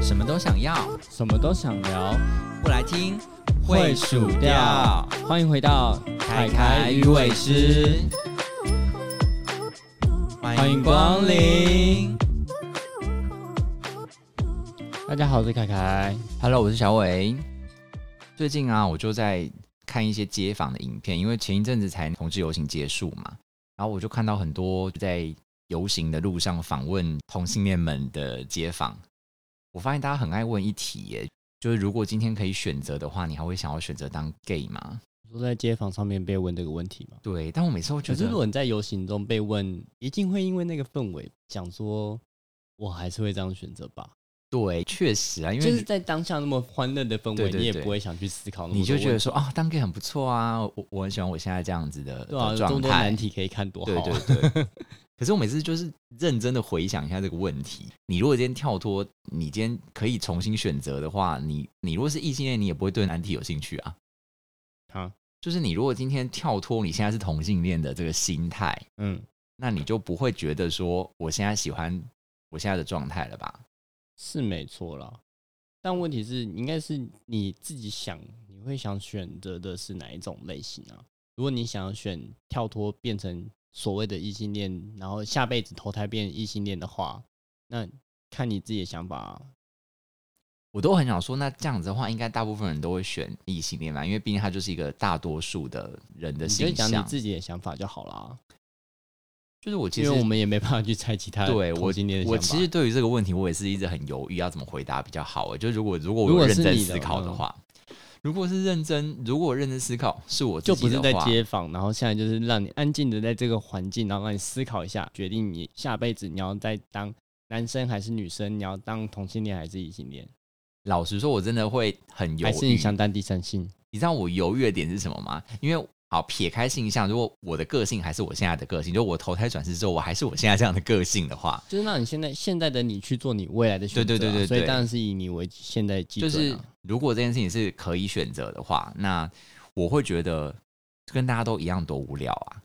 什么都想要，什么都想聊，不来听会数掉。欢迎回到凯凯与伟师，欢迎光临。大家好，我是凯凯。 Hello，我是小伟。最近啊，我就在看一些街访的影片，因为前一阵子才同志游行结束嘛，然后我就看到很多在游行的路上访问同性恋们的街访。我发现大家很爱问一题耶，就是如果今天可以选择的话，你还会想要选择当 gay 吗？都在街访上面被问这个问题吗？对，但我每次都觉可是得如，果你在游行中被问，一定会因为那个氛围想说，我还是会这样选择吧。对，确实啊，因就是为在当下那么欢乐的氛围，对对你也对不会想去思考那么多你就觉得问题说啊、当 gay 很不错啊，我我很喜欢我现在这样子的对啊，的有状众多难态。题可以看多好、对啊。对对。可是我每次就是认真的回想一下这个问题，你如果今天跳脱，你今天可以重新选择的话，你你如果是异性恋，你也不会对难题有兴趣啊。 啊，就是你如果今天跳脱你现在是同性恋的这个心态，嗯，那你就不会觉得说我现在喜欢我现在的状态了吧？是没错啦。但问题是，应该是你自己想，你会想选择的是哪一种类型啊？如果你想要选跳脱变成所谓的异性恋，然后下辈子投胎变异性恋的话，那看你自己的想法、啊。我都很想说，那这样子的话，应该大部分人都会选异性恋吧，因为毕竟它就是一个大多数的人的你就形讲你象。自己的想法就好啦，就是我其因实为我们也没办法去猜其他对我同性恋的想我法。其实对于这个问题，我也是一直很犹豫要怎么回答比较好。欸就是如果如果我如有果认是真你的思考的嗯话，如果是认真，如果我认真思考是我就自己不是的在话街访，然后现在就是让你安静的在这个环境，然后让你思考一下，决定你下辈子你要再当男生还是女生，你要当同性恋还是异性恋，老实说，我真的会很犹还豫。是你想当第三性？你知道我犹豫的点是什么吗？因为好撇开性向，如果我的个性还是我现在的个性，就我投胎转世之后，我还是我现在这样的个性的话，就是让你现在现在的你去做你未来的选择啊、对对对对所以对当然是以你为现在基就准、是啊，如果这件事情是可以选择的话，那我会觉得跟大家都一样多无聊啊，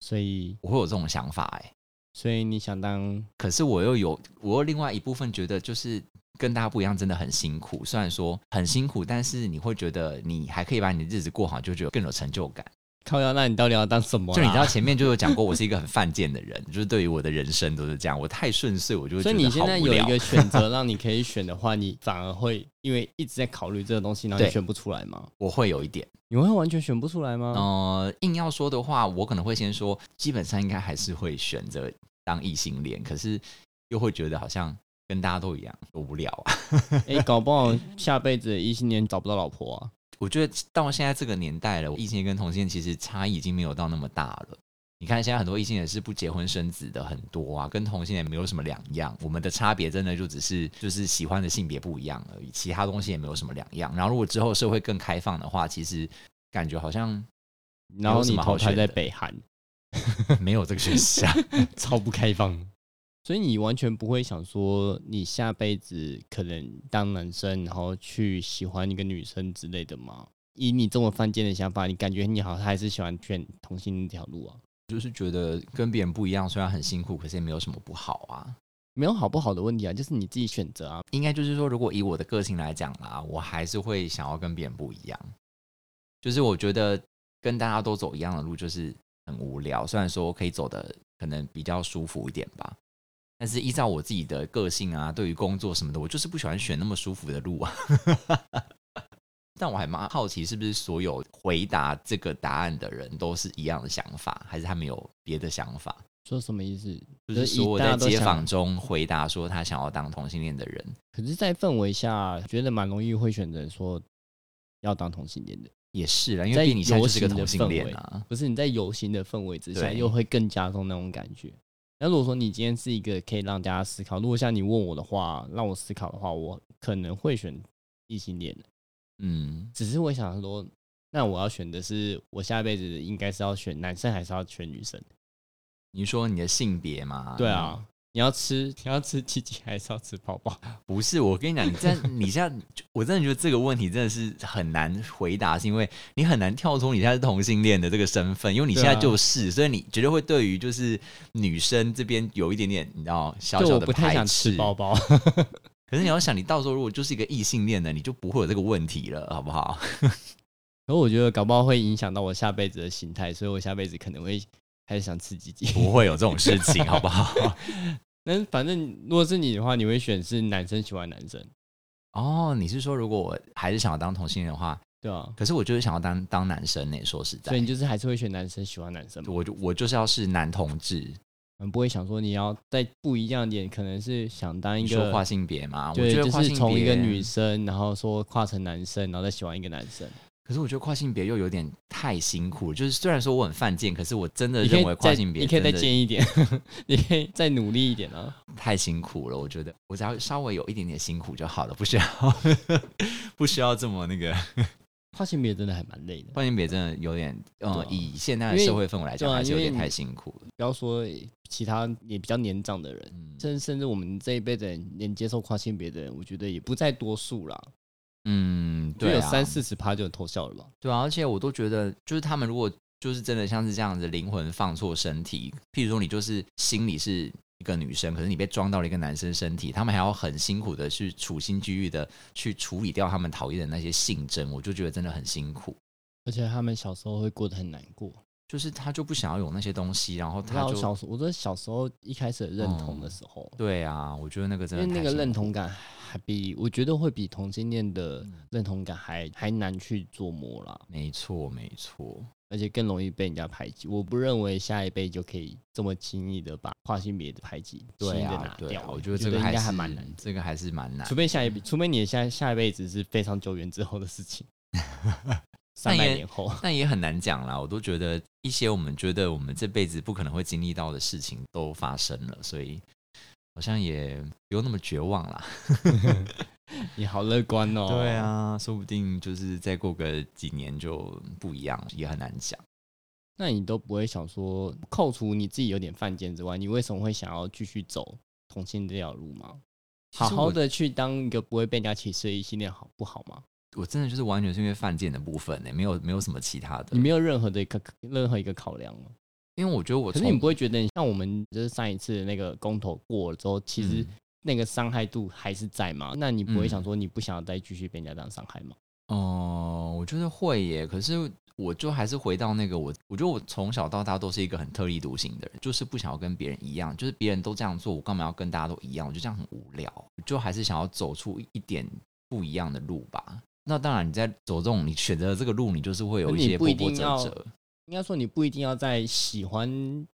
所以我会有这种想法哎、所以你想当可是我又有，我又另外一部分觉得就是跟大家不一样，真的很辛苦。虽然说很辛苦，但是你会觉得你还可以把你的日子过好，就觉得更有成就感。靠腰，那你到底要当什么？就你知道，前面就有讲过，我是一个很犯贱的人，就是对于我的人生都是这样，我太顺遂，我就会所以觉得你现好在无有一聊个选择，让你可以选的话，你反而会因为一直在考虑这个东西，然后你对选不出来吗？ 我会有一点，你会完全选不出来吗？呃，硬要说的话，我可能会先说，基本上应该还是会选择当异性恋，可是又会觉得好像跟大家都一样，多无聊啊。哎、搞不好下辈子异性恋找不到老婆啊！ 我觉得到现在这个年代了，异性恋跟同性恋其实差异已经没有到那么大了。你看，现在很多异性恋是不结婚生子的很多啊，跟同性恋没有什么两样。我们的差别真的就只是就是喜欢的性别不一样而已，其他东西也没有什么两样。然后如果之后社会更开放的话，其实感觉好像 然 后有什你么好投胎选的在北 韩，没有这个选项。超不开放。所以你完全不会想说，你下辈子可能当男生，然后去喜欢一个女生之类的吗？以你这么犯贱的想法，你感觉你好像还是喜欢选同性那条路啊？就是觉得跟别人不一样，虽然很辛苦，可是也没有什么不好啊。没有好不好的问题啊，就是你自己选择啊。应该就是说，如果以我的个性来讲啦，我还是会想要跟别人不一样。就是我觉得跟大家都走一样的路，就是很无聊。虽然说可以走的可能比较舒服一点吧，但是依照我自己的个性啊，对于工作什么的，我就是不喜欢选那么舒服的路啊。 但我还蛮好奇，是不是所有回答这个答案的人都是一样的想法，还是他们有别的想法？说什么意思？就是以所有大在家都街想访中回答说他想要当同性恋的人，可是，在氛围下，觉得蛮容易会选择说要当同性恋的。也是啦，因在为毕竟你现在就是个游行的同性恋氛围啊。不是你在游行的氛围之下，对又会更加重那种感觉。那如果说你今天是一个可以让大家思考，如果像你问我的话，让我思考的话，我可能会选异性恋的。嗯，只是我想说，那我要选的是，我下辈子应该是要选男生还是要选女生？你说你的性别嘛？对，啊，你要吃你要吃鸡鸡还是要吃泡 泡？不是，我跟你讲，你 在你现在，我真的觉得这个问题真的是很难回答，是因为你很难跳出你现在是同性恋的这个身份，因为你现在对啊就是，所以你绝对会对于就是女生这边有一点点，你知道小就小我的不太排想斥吃。包包。可是你要想，你到时候如果就是一个异性恋的，你就不会有这个问题了，好不好？ 可我觉得搞不好会影响到我下辈子的心态，所以我下辈子可能会还是想吃鸡鸡。 不会有这种事情，好不好？但是反正如果是你的话，你会选是男生喜欢男生，哦，你是说如果我还是想要当同性恋的话，对啊，可是我就是想要当当男生呢、说实在所以，你就是还是会选男生喜欢男生嘛。我就我就是要是男同志，嗯，不会想说你要在不一样的点，可能是想当一你个说跨性别嘛，我对，觉得就跨是性从一别个女生，然后说跨成男生，然后再喜欢一个男生。可是我觉得跨性别又有点太辛苦了，就是虽然说我很犯贱，可是我真的你可认以为跨再性别你可以再真的建议一点， 你可以再努力一点啊。太辛苦了。我觉得我只要稍微有一点点辛苦就好了，不需要 不需要这么那个。跨性别真的还蛮累的，跨性别真的有点，嗯、对啊以现在因的为社会氛围来讲，对啊还是有因为点你太辛苦了。不要说其他也比较年长的人，嗯甚甚至我们这一辈的人连接受跨性别的人，我觉得也不在多数啦，嗯，就对有啊，三四十趴就很偷笑了吧？对啊，而且我都觉得，就是他们如果就是真的像是这样子，灵魂放错身体，譬如说你就是心里是一个女生，可是你被装到了一个男生身体，他们还要很辛苦的去处心积虑的去处理掉他们讨厌的那些性征，我就觉得真的很辛苦。而且他们小时候会过得很难过。就是他就不想要有那些东西，然后然他后就小时候，我说小时候一开始的认同的时候，对啊，我觉得那个真因的为那太个辛认苦同感还比我觉得会比同性恋的嗯认同感还还难去琢磨啦，没错没错，而且更容易被人家排挤。我不认为下一辈就可以这么轻易的把跨性别的排挤轻易对的啊拿对掉啊，欸。我觉得这个应还该还是蛮难的，这个还是蛮难除。非下一辈，除非你的下下一辈子是非常久远之后的事情， 三那百也年后。 但也很难讲啦，我都觉得一些我们觉得我们这辈子不可能会经历到的事情都发生了，所以好像也不用那么绝望啦。你好乐观哦。对，啊，说不定就是再过个几年就不一样，也很难讲。那你都不会想说，扣除你自己有点犯贱之外，你为什么会想要继续走同性这条路吗？其实好我好，的去当一个不会被人家歧视的异性恋，好不好吗？我真的就是完全是因为犯贱的部分欸呢、没有没有什么其他的你。没有任何的一个任何一个考量吗？因为我觉得我可从是你不会觉得，像我们就是上一次的那个公投过了之后，其实嗯那个伤害度还是在嘛？那你不会嗯想说，你不想要再继续被人家这样伤害吗？哦、我觉得会耶。可是我就还是回到那个我，我觉得我从小到大都是一个很特立独行的人，就是不想要跟别人一样，就是别人都这样做，我干嘛要跟大家都一样？我就这样很无聊，我就还是想要走出一点不一样的路吧。那当然，你在走这种你选择的这个路，你就是会有可一是你些不波一波定折要折。应该说，你不一定要在喜欢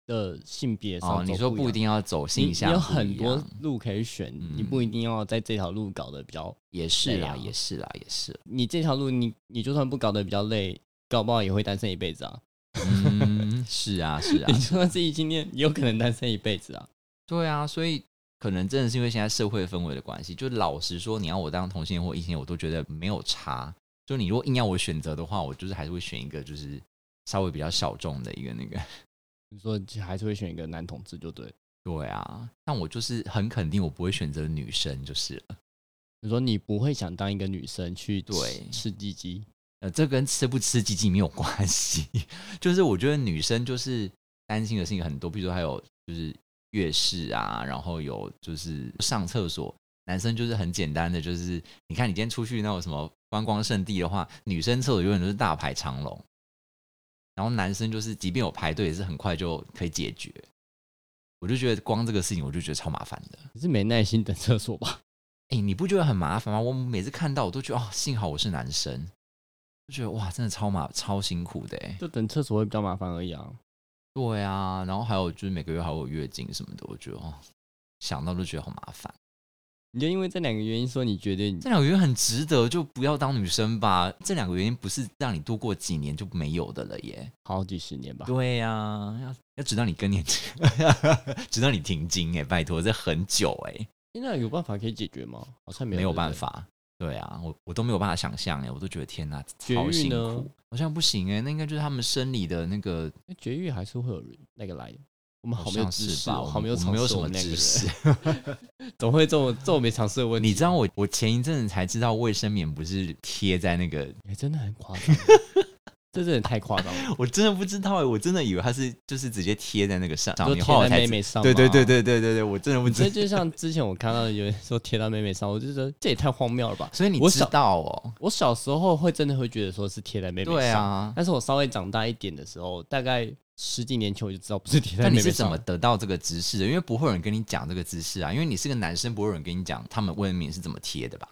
的性别上、哦，你说不一定。要走你性你向，有很不一多样路可以选，嗯你不一定要在这条路搞得比较。也是对啦，啊也是啦，也是啦。你这条路你，你就算不搞得比较累，搞不好也会单身一辈子啊。嗯，是啊，是啊， 你就算是异性恋，也有可能单身一辈子啊。对啊，所以可能真的是因为现在社会氛围的关系，就老实说，你要我当同性恋或异性恋，我都觉得没有差。就你如果硬要我选择的话，我就是还是会选一个就是稍微比较小众的一个那个。 你说还是会选一个男同志就对了。对啊，但我就是很肯定，我不会选择女生，就是了你说你不会想当一个女生去吃对吃鸡鸡，呃，这跟吃不吃鸡鸡没有关系， 就是我觉得女生就是担心的事情很多，比如说还有就是月事啊，然后有就是上厕所，男生就是很简单的，就是你看你今天出去那种什么观光圣地的话，女生厕所永远都是大排长龙，然后男生就是即便有排队也是很快就可以解决，我就觉得光这个事情我就觉得超麻烦的。你是没耐心等厕所吧？哎、你不觉得很麻烦吗？我每次看到我都觉得哦，幸好我是男生，就觉得哇，真的超麻超辛苦的哎。 就等厕所会比较麻烦而已啊。对啊，然后还有就是每个月还会有月经什么的，我觉得哦，想到就觉得好麻烦。你就因为这两个原因，说你觉得你这两个原因很值得，就不要当女生吧。这两个原因不是让你度过几年就没有的了耶。好几十年吧？对呀、啊，要要直到你更年期， 直到你停经哎，拜托，这很久哎，诶那有办法可以解决吗？好像没有，没有对不对办。法。对啊，我我都没有办法想象哎，我都觉得天哪，绝育超辛呢欸苦，好像不行哎，那应该就是他们生理的那个那绝育还是会有那个来的，我们好没有像是知识吧哦，我好没有我尝没有试什我么们那个知人识，。 总会这种这种没尝试的问题，你知道我我前一阵子才知道卫生棉不是贴在那个，哎、真的很夸 张，这真的太夸张了。我真的不知道哎、我真的以为它是就是直接贴在那个上上都面，贴后来在我才妹知妹上，对对对。对对对对，我真的不知所以就 像之前我看到有人说贴到妹妹上，我就觉得这也太荒谬了吧！所以你我知小道哦，我小时候会真的会觉得说是贴在妹妹上，对啊。但是我稍微长大一点的时候，大概十几年前我就知道不是贴那在你妹妹是上。怎么得到这个知识的？因为不会有人跟你讲这个知识啊，因为你是个男生，不会有人跟你讲他们卫生棉是怎么贴的吧？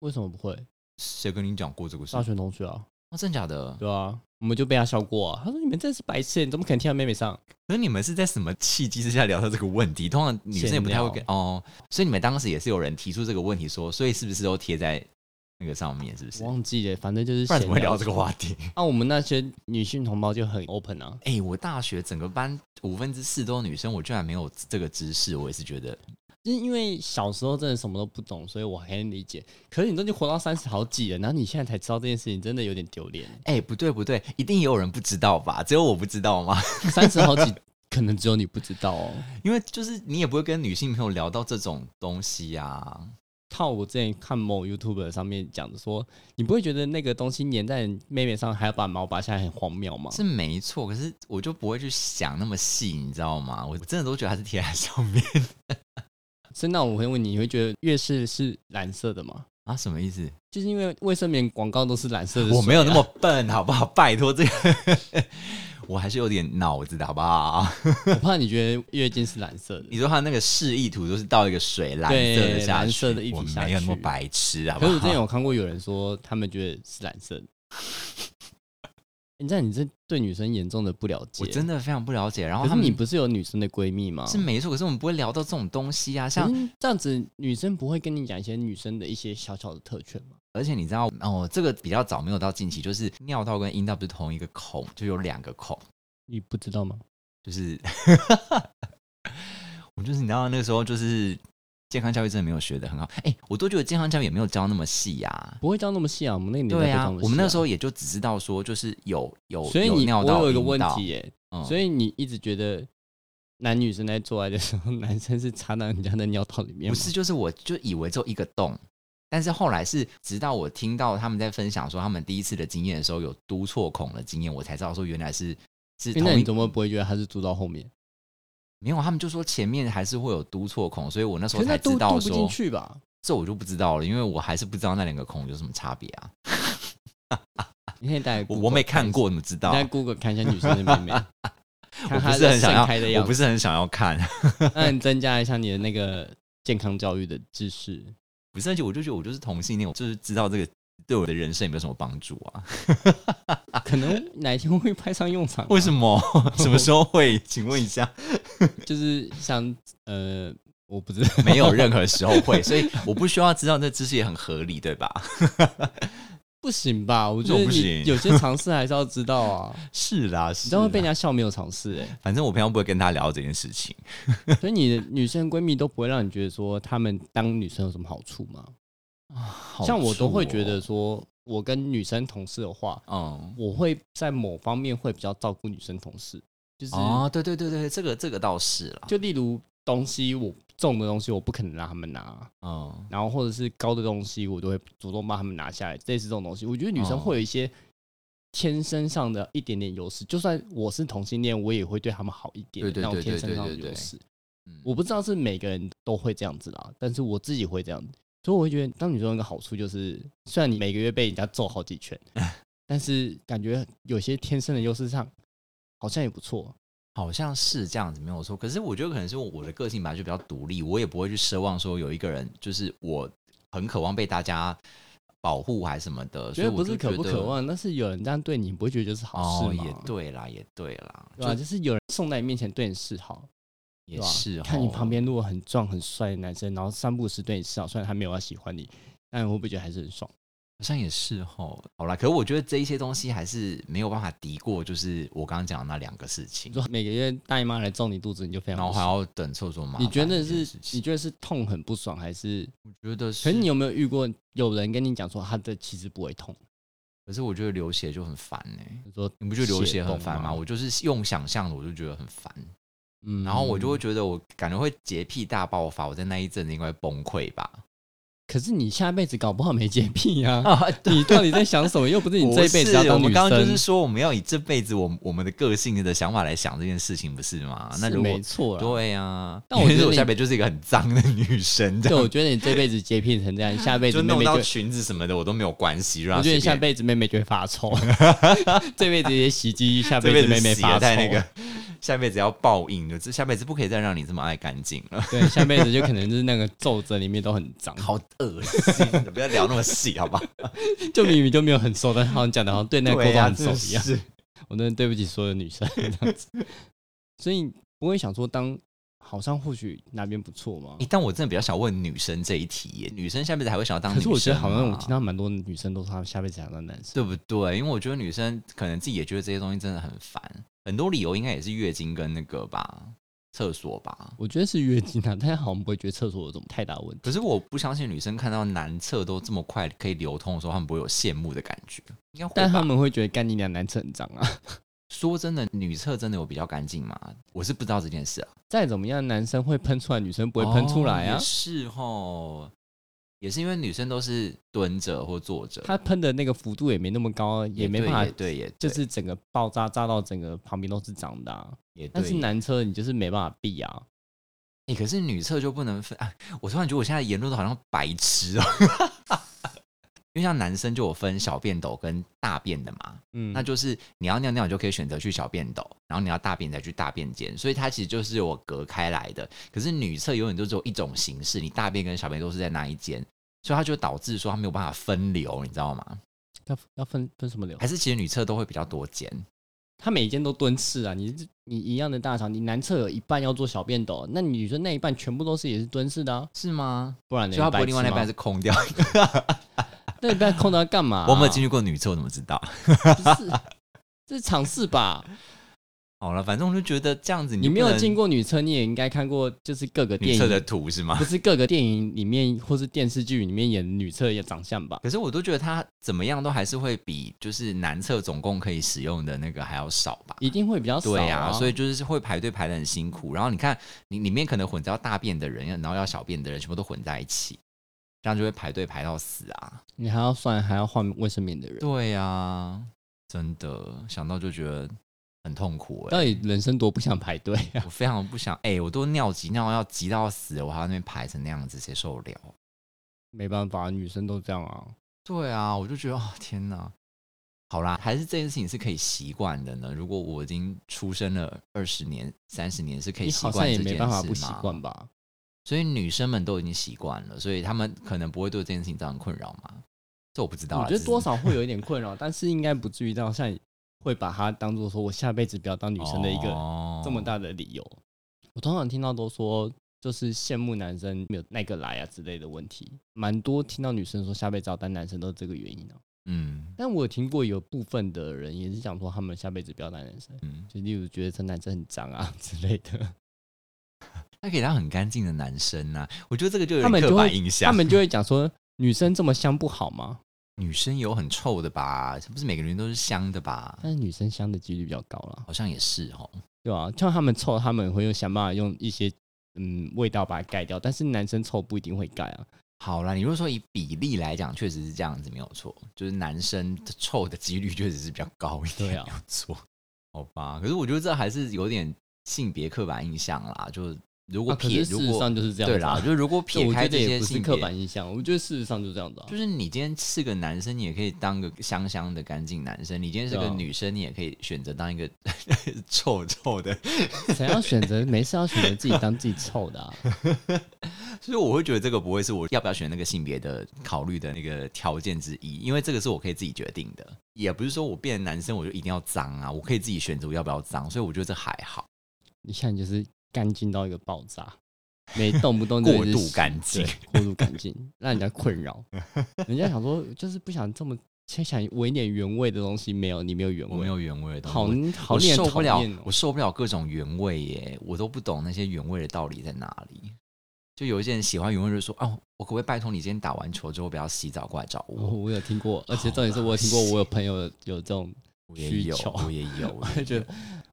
为什么不会？谁跟你讲过这个事？大哦，学同学啊，真的假的？对啊，我们就被他笑过啊。他说你们真是白痴，你怎么可能贴在妹妹上？可是你们是在什么契机之下聊到这个问题？通常女生也不太会跟闲哦，所以你们当时也是有人提出这个问题说，所以是不是都贴在那个上面？是不是？我忘记了，反正就是不然怎么会闲聊这个话题？ 啊，我们那些女性同胞就很 open 啊， 哎、我大学整个班五分之四都是女生，我居然没有这个知识，我也是觉得就是因为小时候真的什么都不懂，所以我还能理解。可是你都已经活到三十好几了，然后你现在才知道这件事情，真的有点丢脸。哎、不对不对，一定也有人不知道吧？只有我不知道吗？ 三十好几，可能只有你不知道哦。因为就是你也不会跟女性朋友聊到这种东西呀、啊。靠，我之前看某 YouTube 上面讲的说，你不会觉得那个东西粘在妹妹上，还要把毛拔下来，很荒谬吗？是没错，可是我就不会去想那么细，你知道吗？我真的都觉得它是贴在上面 所以那我会问你，你会觉得月事是蓝色的吗？啊，什么意思？就是因为卫生棉广告都是蓝色的、啊我没有那么笨，好不好？ 拜托这个，我还是有点脑子的，好不好？ 有，我怕你觉得月经是蓝色的。你说它那个示意图都是倒一个水蓝色的对下去，蓝色的一我体下没有那么去白痴，好不可好？是我之前有看过有人说，他们觉得是蓝色的。 你知道你这对女生严重的不了解，我真的。的非常不了解。然后可他是们你不是有女生的闺蜜吗？是没错，可是我们不会聊到这种东西啊，像可是这样子，女生不会跟你讲一些女生的一些小小的特权吗？而且你知道哦，这个比较早没有到近期，就是尿道跟阴道不是同一个孔，就有两个孔，你不知道吗？就是 我就是你知道那个时候就是健康教育真的没有学的很好，哎、我都觉得健康教育也没有教那么细呀、不会教那么细啊，我们那个年代对不啊，教么细啊我们那时候也就只知道说，就是有有，所以你尿我道有一个阴问道题耶、嗯所以你一直觉得男女生在做爱的时候， 男生是插到人家的尿道里面不吗？是，就是我就以为只有一个洞，但是后来是直到我听到他们在分享说他们第一次的经验的时候有督错孔的经验，我才知道说原来是是那同你一怎么不会觉得他是住到后面？没有，他们就说前面还是会有督错孔，所以我那时可候是他才嘟知嘟道不进说哦去吧？这我就不知道了，因为我还是不知道那两个孔有什么差别啊，你可以带我我没看过，你知道你？在 Google 看一下女生的妹妹， 我不看她是很想盛开的要，样我不子。是很想要看，那你增加一下你的那个健康教育的知识。不是，而且我就觉得我就是同性恋，我就是知道这个对我的人生有没有什么帮助啊？可能哪一天会派上用场、啊为什？么？ 什么时候会？请问一下。 就是像呃，我不知道，没有任何时候会，所以我不需要知道这知识也很合理，对吧？ 不行吧？我觉为什么得不你行有些尝试还是要知道啊。 是啦，你是啊知道会被人啦家笑没有尝试哎，反正我平常不会跟他聊这件事情。所以你的女生闺蜜都不会让你觉得说她们当女生有什么好处吗？啊像我都会觉哦得，说，我跟女生同事的话，嗯，我会在某方面会比较照顾女生同事，就是、哦，对对对对，这个这个倒是啦，就例如东西我重的东西我不可能让他们拿，嗯，然后或者是高的东西我都会主动帮他们拿下来，类似这种东西，我觉得女生哦会有一些天生上的一点点优势，就算我是同性恋，我也会对他们好一点，对对那种对天对生对上的对对优势。嗯我不知道是每个人都会这样子啦，但是我自己会这样子，所以我会觉得当女生有一个好处就是，虽然你每个月被人家揍好 几拳，但是感觉有些天生的优势上好像也不错。好像是这样子，没有错。可是我觉得可能是我的个性本来就比较独立，我也不会去奢望说有一个人就是我很渴望被大家保护还是什么的，觉所以得我不就是可不觉得渴。望，但是有人这样对你，你不会觉得这是好哦，事吗？也对啦，也对啦，对吧？啊就就是有人送在你面前对你示好，也对吧是。哦看你旁，边如果很壮很帅的男生，然后三不五时对你示好，虽然他没有要喜欢你，但你会不会觉得还是很爽？好像也是吼，好啦，可是我觉得这一些东西还是没有办法敌过，就是我刚刚讲的那两个事情你，说每个月大姨妈来揍你肚子，你就非然常后不还爽。要等厕所麻烦你觉得这件是事？情你觉得是痛很不爽，还是？我觉得可是是你有没有遇过有人跟你讲说他的其实不会痛？可是我觉得流血就很烦呢、欸你说你不觉得流血血很痛烦吗？吗我就是用想象的，我就觉得很烦。嗯然后我就会，觉得我感觉会洁癖大爆发，我在那一阵子应该会崩溃吧。可是你下辈子搞不好没洁癖 呀、 啊，啊，你到底在想什么？又不是你这一辈子要我当们女刚刚就是生，说我们要以这辈子我们我们的个性的想法来想这件事情，不是吗？啊那是如没果错啦。对啊，但我觉得因为我你下辈子就是一个很脏的女生，这对，样我觉得你这辈子洁癖成这 样，你下辈就子妹弄妹就到，裙子什么的我都没有关系，让我她觉得你随下便辈子妹妹就会 发臭， 这辈子也洗衣机，下这辈辈子子妹妹洗得发臭太，那个，下辈子要报应的，这下辈子不可以再让你这么爱干净了，对，下辈子就可能就是那个皱褶里面都 很脏，好恶心！ 不要聊那么细，好不好？就明明就没有很瘦，但是好像讲的好像对 那个沟对通啊，很真的熟一样。是我真的对不起所有女生这样子，所以不会想说当好像或许哪边不错吗诶？但我真的比较想问女生这一题耶，女生下辈子还会想要当女可生啊吗？是我觉得好像我听到蛮多女生都说她们下辈子想当男生，对不对？因为我觉得女生可能自己也觉得这些东西真的很烦，很多理由应该也是月经跟那个吧，厕所吧。我觉得是月经啊，但是好像不会觉得厕所有什么太大问题。可是我不相信女生看到男厕都这么快可以流通的时候，她们不会有羡慕的感觉。应该会但吧他们会觉得干你娘男厕很脏啊！ 说真的，女厕真的有比较干净吗？我是不知道这件事啊，再怎么样，男生会喷出来，女生不会喷出来哦啊也。是哦，也是因为女生都是蹲着或坐着，她喷的那个幅度也没那么高啊，也没对办也法，对，也就对是整个爆炸炸到整个旁边都是脏的啊。也对。但是男厕你就是没办法避啊，欸可是女厕就不能分啊！我突然觉得我现在言论都好像白痴哦、 因为像男生就有分小便斗跟大便的嘛，嗯，那就是你要尿尿，你就可以选择去小便斗，然后你要大便你再去大便间，所以它其实就是有隔开来的。可是女厕永远都只有一种形式，你大便跟小便都是在那一间，所以它就导致说它没有办法分流，你知道吗？要要分分什么流？还是其实女厕都会比较多间，他每间都蹲式啊，你是你一样的大小，你男厕有一半要做小便斗，啊那你女生那一半全部都是也是蹲式的啊，是吗？不然呢所以它不会另外那一半白痴是空掉。 吗那一半空着要干嘛、我没有进去，去过女厕，我怎么知道？不是 这是尝试 吧？好了，反正我就觉得这样子你就没不有能进过女厕，你也应该看过，就是各个女电厕的影，图是吗不？是各个电影里面或是电视剧里面演的女厕也长相吧？ 可是我都觉得它怎么样都还是会比就是男厕总共可以使用的那个还要少吧。一定会比较少、对啊，所以就是会排队排的很辛苦。然后你看，你里面可能混着要大便的人，然后要小便的人，全部都混在一起，这样就会排队排到死啊！你还要算还要换卫生棉的人，对啊，真的想到就觉得很痛苦哎、到底人生多不想排队啊？ 我非常不想哎、我都尿急尿要急到死了，我还要那边排成那样子，谁受得了？没办法，女生都这样啊。对啊，我就觉得哦，天哪！好啦，还是这件事情是可以习惯的呢。如果我已经出生了二十年、三十年，是可以你习好惯像也这件事没办法不习嘛惯吧？所以女生们都已经习惯了，所以她们可能不会对这件事情造成困扰嘛？这我不知道啦。我觉只得是 多少会有一点困扰，但是应该不至于到像会把它当做说我下辈子不要当女生的一个哦这么大的理由。我通常听到都说就是羡慕男生没有那个来啊之类的问题，蛮多听到女生说下辈子要当男生都是这个原因啊。嗯但我有听过有部分的人也是讲说他们下辈子不要当男生，嗯，就例如觉得这男生很脏啊 之类的，那给她很干净的男生呐、我觉得这个就有他点们刻就板会印他象。们就会讲说女生这么香不好吗？女生有很臭的吧？不是每个人都是香的吧？但是女生香的几率比较高啦。好像也是哦。对啊，像他们臭，他们会用想办法用一些嗯味道把它盖掉，但是男生臭不一定会盖啊。好啦，你如果说以比例来讲，确实是这样子，没有错，就是男生的臭的几率确实是比较高一点，对啊没有错，好吧。可是我觉得这还是有点性别刻板印象啦，就如果啊可撇，是如事实果上就是这样对子啊、啦，就是如果对撇我开这觉得也些不是性刻别，板印象，我觉得事实上就这样子、啊。就是你今天是个男生，你也可以当个 香香的干净男生；你今天是对个啊女生，你也可以选择当一个 臭臭的。谁要选择没事要选择自己当自己臭的、啊，所以我会觉得这个不会是我要不要选那个性别的考虑的那个条件之一，因为这个是我可以自己决定的，也不是说我变男生我就一定要脏啊，我可以自己选择我要不要脏，所以我觉得这还好，你现在就是干净到一个爆炸，没动不动就 过是度干净对。过度干净，让人家 困扰。人家想说就是不想这么，先想闻一点原味的东西，没有，你没有原我没味，有原味的东西，好我好我令人受不讨了厌哦，我受不了各种原味耶，我都不懂那些原味的道理在哪里。就有一些人喜欢原味，就说哦，我可不可以拜托你今天打完球之后不要洗澡过来找我我？哦我有听过，而且好重点是我有听过，恶心我有朋友有这种我也需有求，我也有，我 就也觉有得。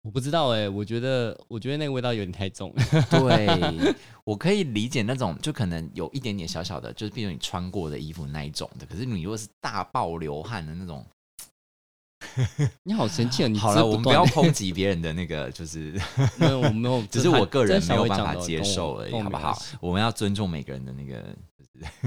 我不知道哎、我觉得我觉得那个味道有点太重了。 对，我可以理解那种，就可能有一点点小小的，就是比如你穿过的衣服那一种的。可是你如果是大爆流汗的那种，你好生气哦！你好吃了，我们不断要欸抨击别人的那个，就是 没有，我没有，只这是还我个人没这稍有微办讲法到接跟我受而已，跟我好不没关好系？ 我们要尊重每个人的那个，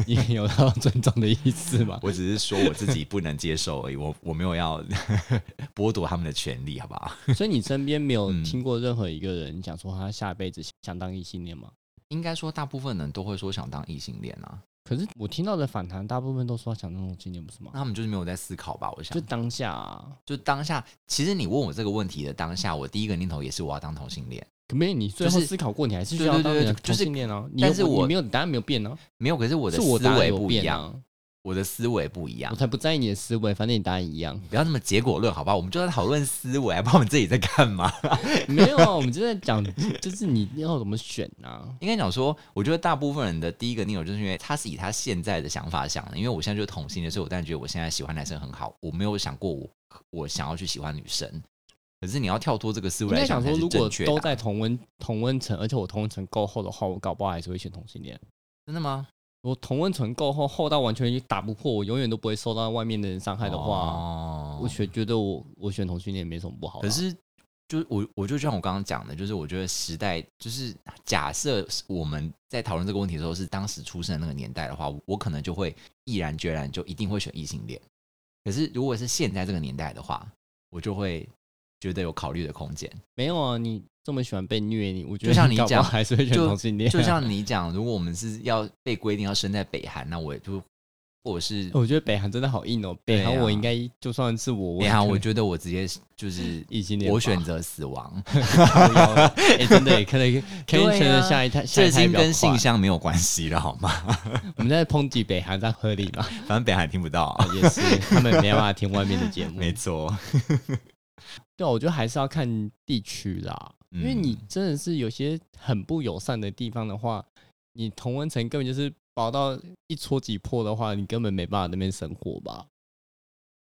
也有到尊重的意思嘛？我只是说我自己不能接受而已，我我没有要 剥夺他们的权利，好不好？所以你身边没有嗯听过任何一个人讲说他下辈子想当异性恋吗？应该说，大部分人都会说想当异性恋啊，可是我听到的反弹，大部分都说他想当同性恋，不是吗那？他们就是没有在思考吧？我想就，当下、啊，就当下，其实你问我这个问题的当下，我第一个念头也是我要当同性恋。可没你最就后是思考过，你还是需对要对当对你的对就同是性恋哦。你但又是不我你没有答案没有变哦，没有，可是我的是我思答案维有不一变样，啊，我的思维不一样我。才不在意你的思维，反正你答案 。一样不要那么结果论，好不好？我们就在讨论思维，还啊不知道我们自己在干嘛。 没有啊，我们就在讲，就是你要怎么选 啊？应该讲说，我觉得大部分人的第一个念头就是因为他是以他现在的想法想的，因为我现在就是同性恋，所以我当然觉得我现在喜欢男生很好，我没有想过我我想要去喜欢女生。可是你要跳脱这个思应维来该想才说，是如果正确的都啊在同温同温层，而且我同温层够厚的话，我搞不好还是会选同性恋。真的吗？我同温层够厚，厚到完全打不破，我永远都不会受到外面的人伤害的话，哦我选觉得我我选同性恋没什么不好啦。可是就我我就像我刚刚讲的，就是我觉得时代就是假设我们在讨论这个问题的时候是当时出生的那个年代的话，我可能就会毅然决然就一定会选异性恋。可是如果是现在这个年代的话，我就会觉得有考虑的空 间。没有啊，你这么喜欢被虐，你我觉得就像你搞不讲好还是会选就同性恋啊、就像你讲，如果我们是要被规定要生在北韩，那我就我是 我觉得北韩真的好硬哦，对北啊韩我应该就算是我，北韩，我也可觉得我直接就是能异性恋吧，我选择死亡，靠腰 哎，真的耶可 能可以对啊选择下一台，下这已一台经比较跟性快向没有关系了，好吗？我们在抨击北韩，这样合理吗？反正北韩听不到啊、也是，他们没办法听外面的节 目。没错。对啊，我觉得还是要看地区啦，因为你嗯真的是有些很不友善的地方的话，你同温层根本就是薄到一戳即破的话，你根本没办法那边生活吧？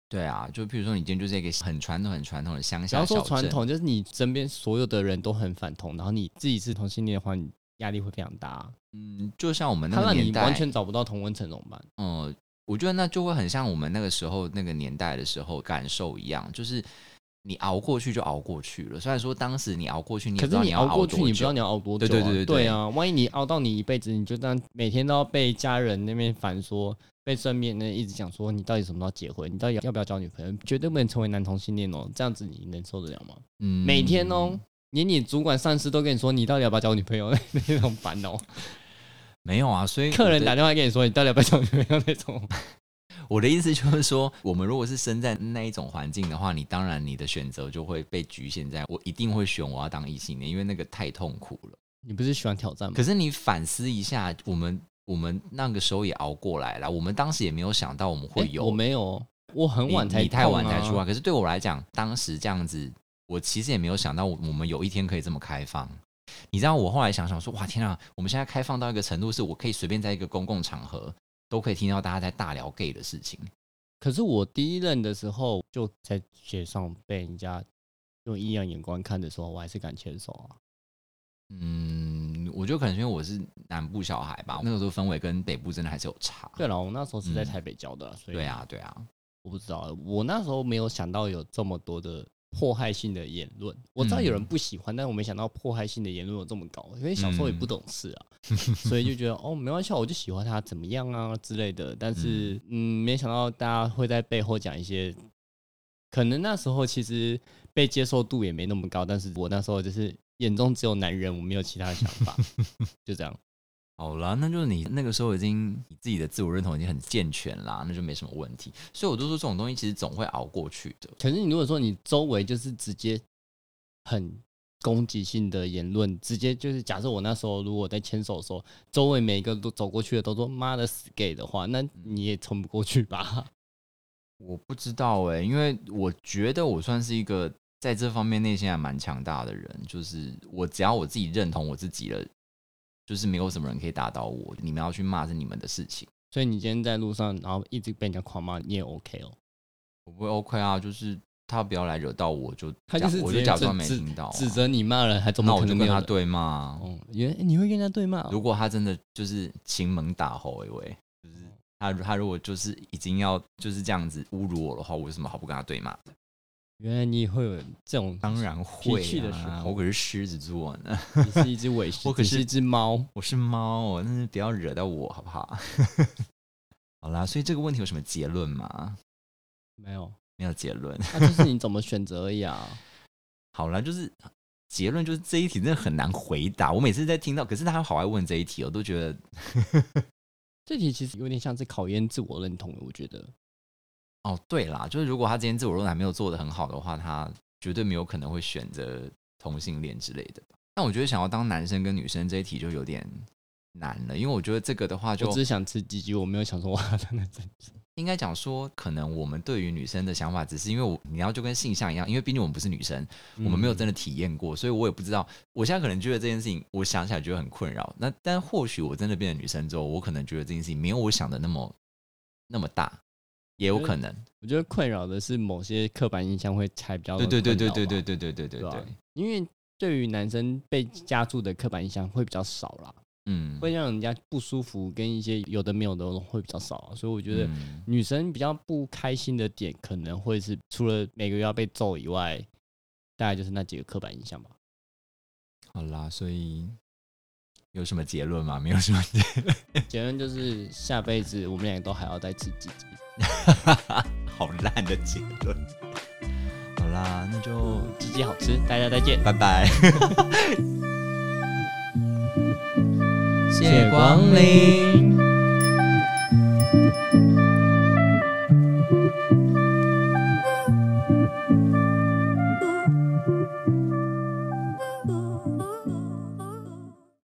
对啊，就譬如说，你今天就是一个很传统、很传统的乡不下要小说镇，传统，就是你身边所有的人都很反同，然后你自己是同性恋的话，你压力会非常大。嗯，就像我们那他个让年你代，完全找不到同温层怎么办？嗯，我觉得那就会很像我们那个时候那个年代的时候感受一样，就是你熬过去就熬过去了。虽然说当时你熬过去，你也可不知是道你要熬熬过去，多你不知久道你要熬多久、对啊。对对对对啊！万一你熬到你一辈子，你就这样每天都要被家人那边反说，被身边的人一直讲说你到底什么时候结婚，你到底要不要交女朋友，绝对不能成为男同性恋哦！这样子你能受得了吗？嗯每天哦，连你主管上司都跟你说你到底要不要交女朋友 那种烦恼，没有啊，所以客我人的打电话跟你说你到底要不要交女朋友那种， 我的意思就是说，我们如果是身在那一种环境的话，你当然你的选择就会被局限在我一定会选我要当异性恋，因为那个太痛苦了。你不是喜欢挑战吗？可是你反思一下，我们我们那个时候也熬过来了，我们当时也没有想到我们会诶有，我没有哦，我很你晚才啊你太晚才啊出来。来。可是对我来讲，当时这样子，我其实也没有想到我我们有一天可以这么开放。你知道，我后来想想说，哇，天啊，我们现在开放到一个程度，是我可以随便在一个公共场合都可以听到大家在大聊 gay 的事情。可是我第一任的时候，就在街上被人家用异样眼光看的时候，我还是敢牵手啊。嗯，我觉得可能是因为我是南部小孩吧，那个时候氛围跟北部真的还是有差。对了，我那时候是在嗯台北教的啦，所以对，啊，对啊，我不知道，我那时候没有想到有这么多的迫害性的言论。我知道有人不喜欢，但我没想到迫害性的言论有这么高，因为小时候也不懂事啊， 所以就觉得哦，没关系啊，我就喜欢他怎么样啊之类的。但是嗯，没想到大家会在背后讲一些。可能那时候其实被接受度也没那么高，但是我那时候就是眼中只有男人，我没有其他的想法，就这样。好啦，那就是你那个时候已经你自己的自我认同已经很健全啦，那就没什么问题。所以我就说这种东西其实总会熬过去的。可是你如果说你周围就是直接很攻击性的言论，直接就是假设我那时候如果在牵手的时候，周围每一个都走过去的都说妈的死 gay 的话，那你也冲不过去吧？ 我不知道哎、因为我觉得我算是一个在这方面内心还蛮强大的人，就是我只要我自己认同我自己了，就是没有什么人可以打倒我。你们要去骂是你们的事情，所以你今天在路上，然后一直被人家狂骂，你也 OK 哦。我不会 OK 啊，就是他不要来惹到我，就他假就是我直就接假装指没指听到啊、指责你骂人，还怎那么我可就能跟没有他人？对骂。啊哦，原来你会跟人家对骂哦、如果他真的就是秦门打吼，喂喂，嗯就是他他如果就是已经要就是这样子侮辱我的话，我有什么好不跟他对骂？原来你会有这种，当然会、啊，嗯脾气的时候我可是狮子座呢， 你是一只伪狮，我可你是是一只猫。我是猫，但是不要惹到我好不好？ 好啦，所以这个问题有什么结论吗？没有， 没有结论。 那、啊就是你怎么选择而已啊。好啦，就是结论就是这一题真的很难回答。我每次在听到，可是大家好爱问这一题，我都觉得这题其实有点像是考验自我认同，我觉得。哦，对啦，就是如果他今天自我认同还没有做得很好的话，他绝对没有可能会选择同性恋之类的吧。但我觉得想要当男生跟女生这一题就有点难了，因为我觉得这个的话我就只是想吃鸡鸡，我没有想说我要当男生。应该讲说，可能我们对于女生的想法，只是因为我你要就跟性向一样，因为毕竟我们不是女生， 我们没有真嗯的体验过，所以我也不知道。我现在可能觉得这件事情，我想起来觉得很困扰。那但或许我真的变成女生之后，我可能觉得这件事情没有我想的那么那么大，也有可能。我觉得困扰的是某些刻板印象会才比较对对对对对困扰吧对对对对对对啊对，因为对于男生被加注的刻板印象会比较少啦，嗯，会让人家不舒服，跟一些有的没有的会比较少啊、所以我觉得嗯女生比较不开心的点，可能会是除了每个月要被揍以外，大概就是那几个刻板印象吧。好啦，所以有什么结论 吗？没有什么结结论就是下辈子我们两个都还要再吃鸡鸡。论，好烂的结论。好啦，那就鸡鸡好吃，大家再见。拜拜。谢光临。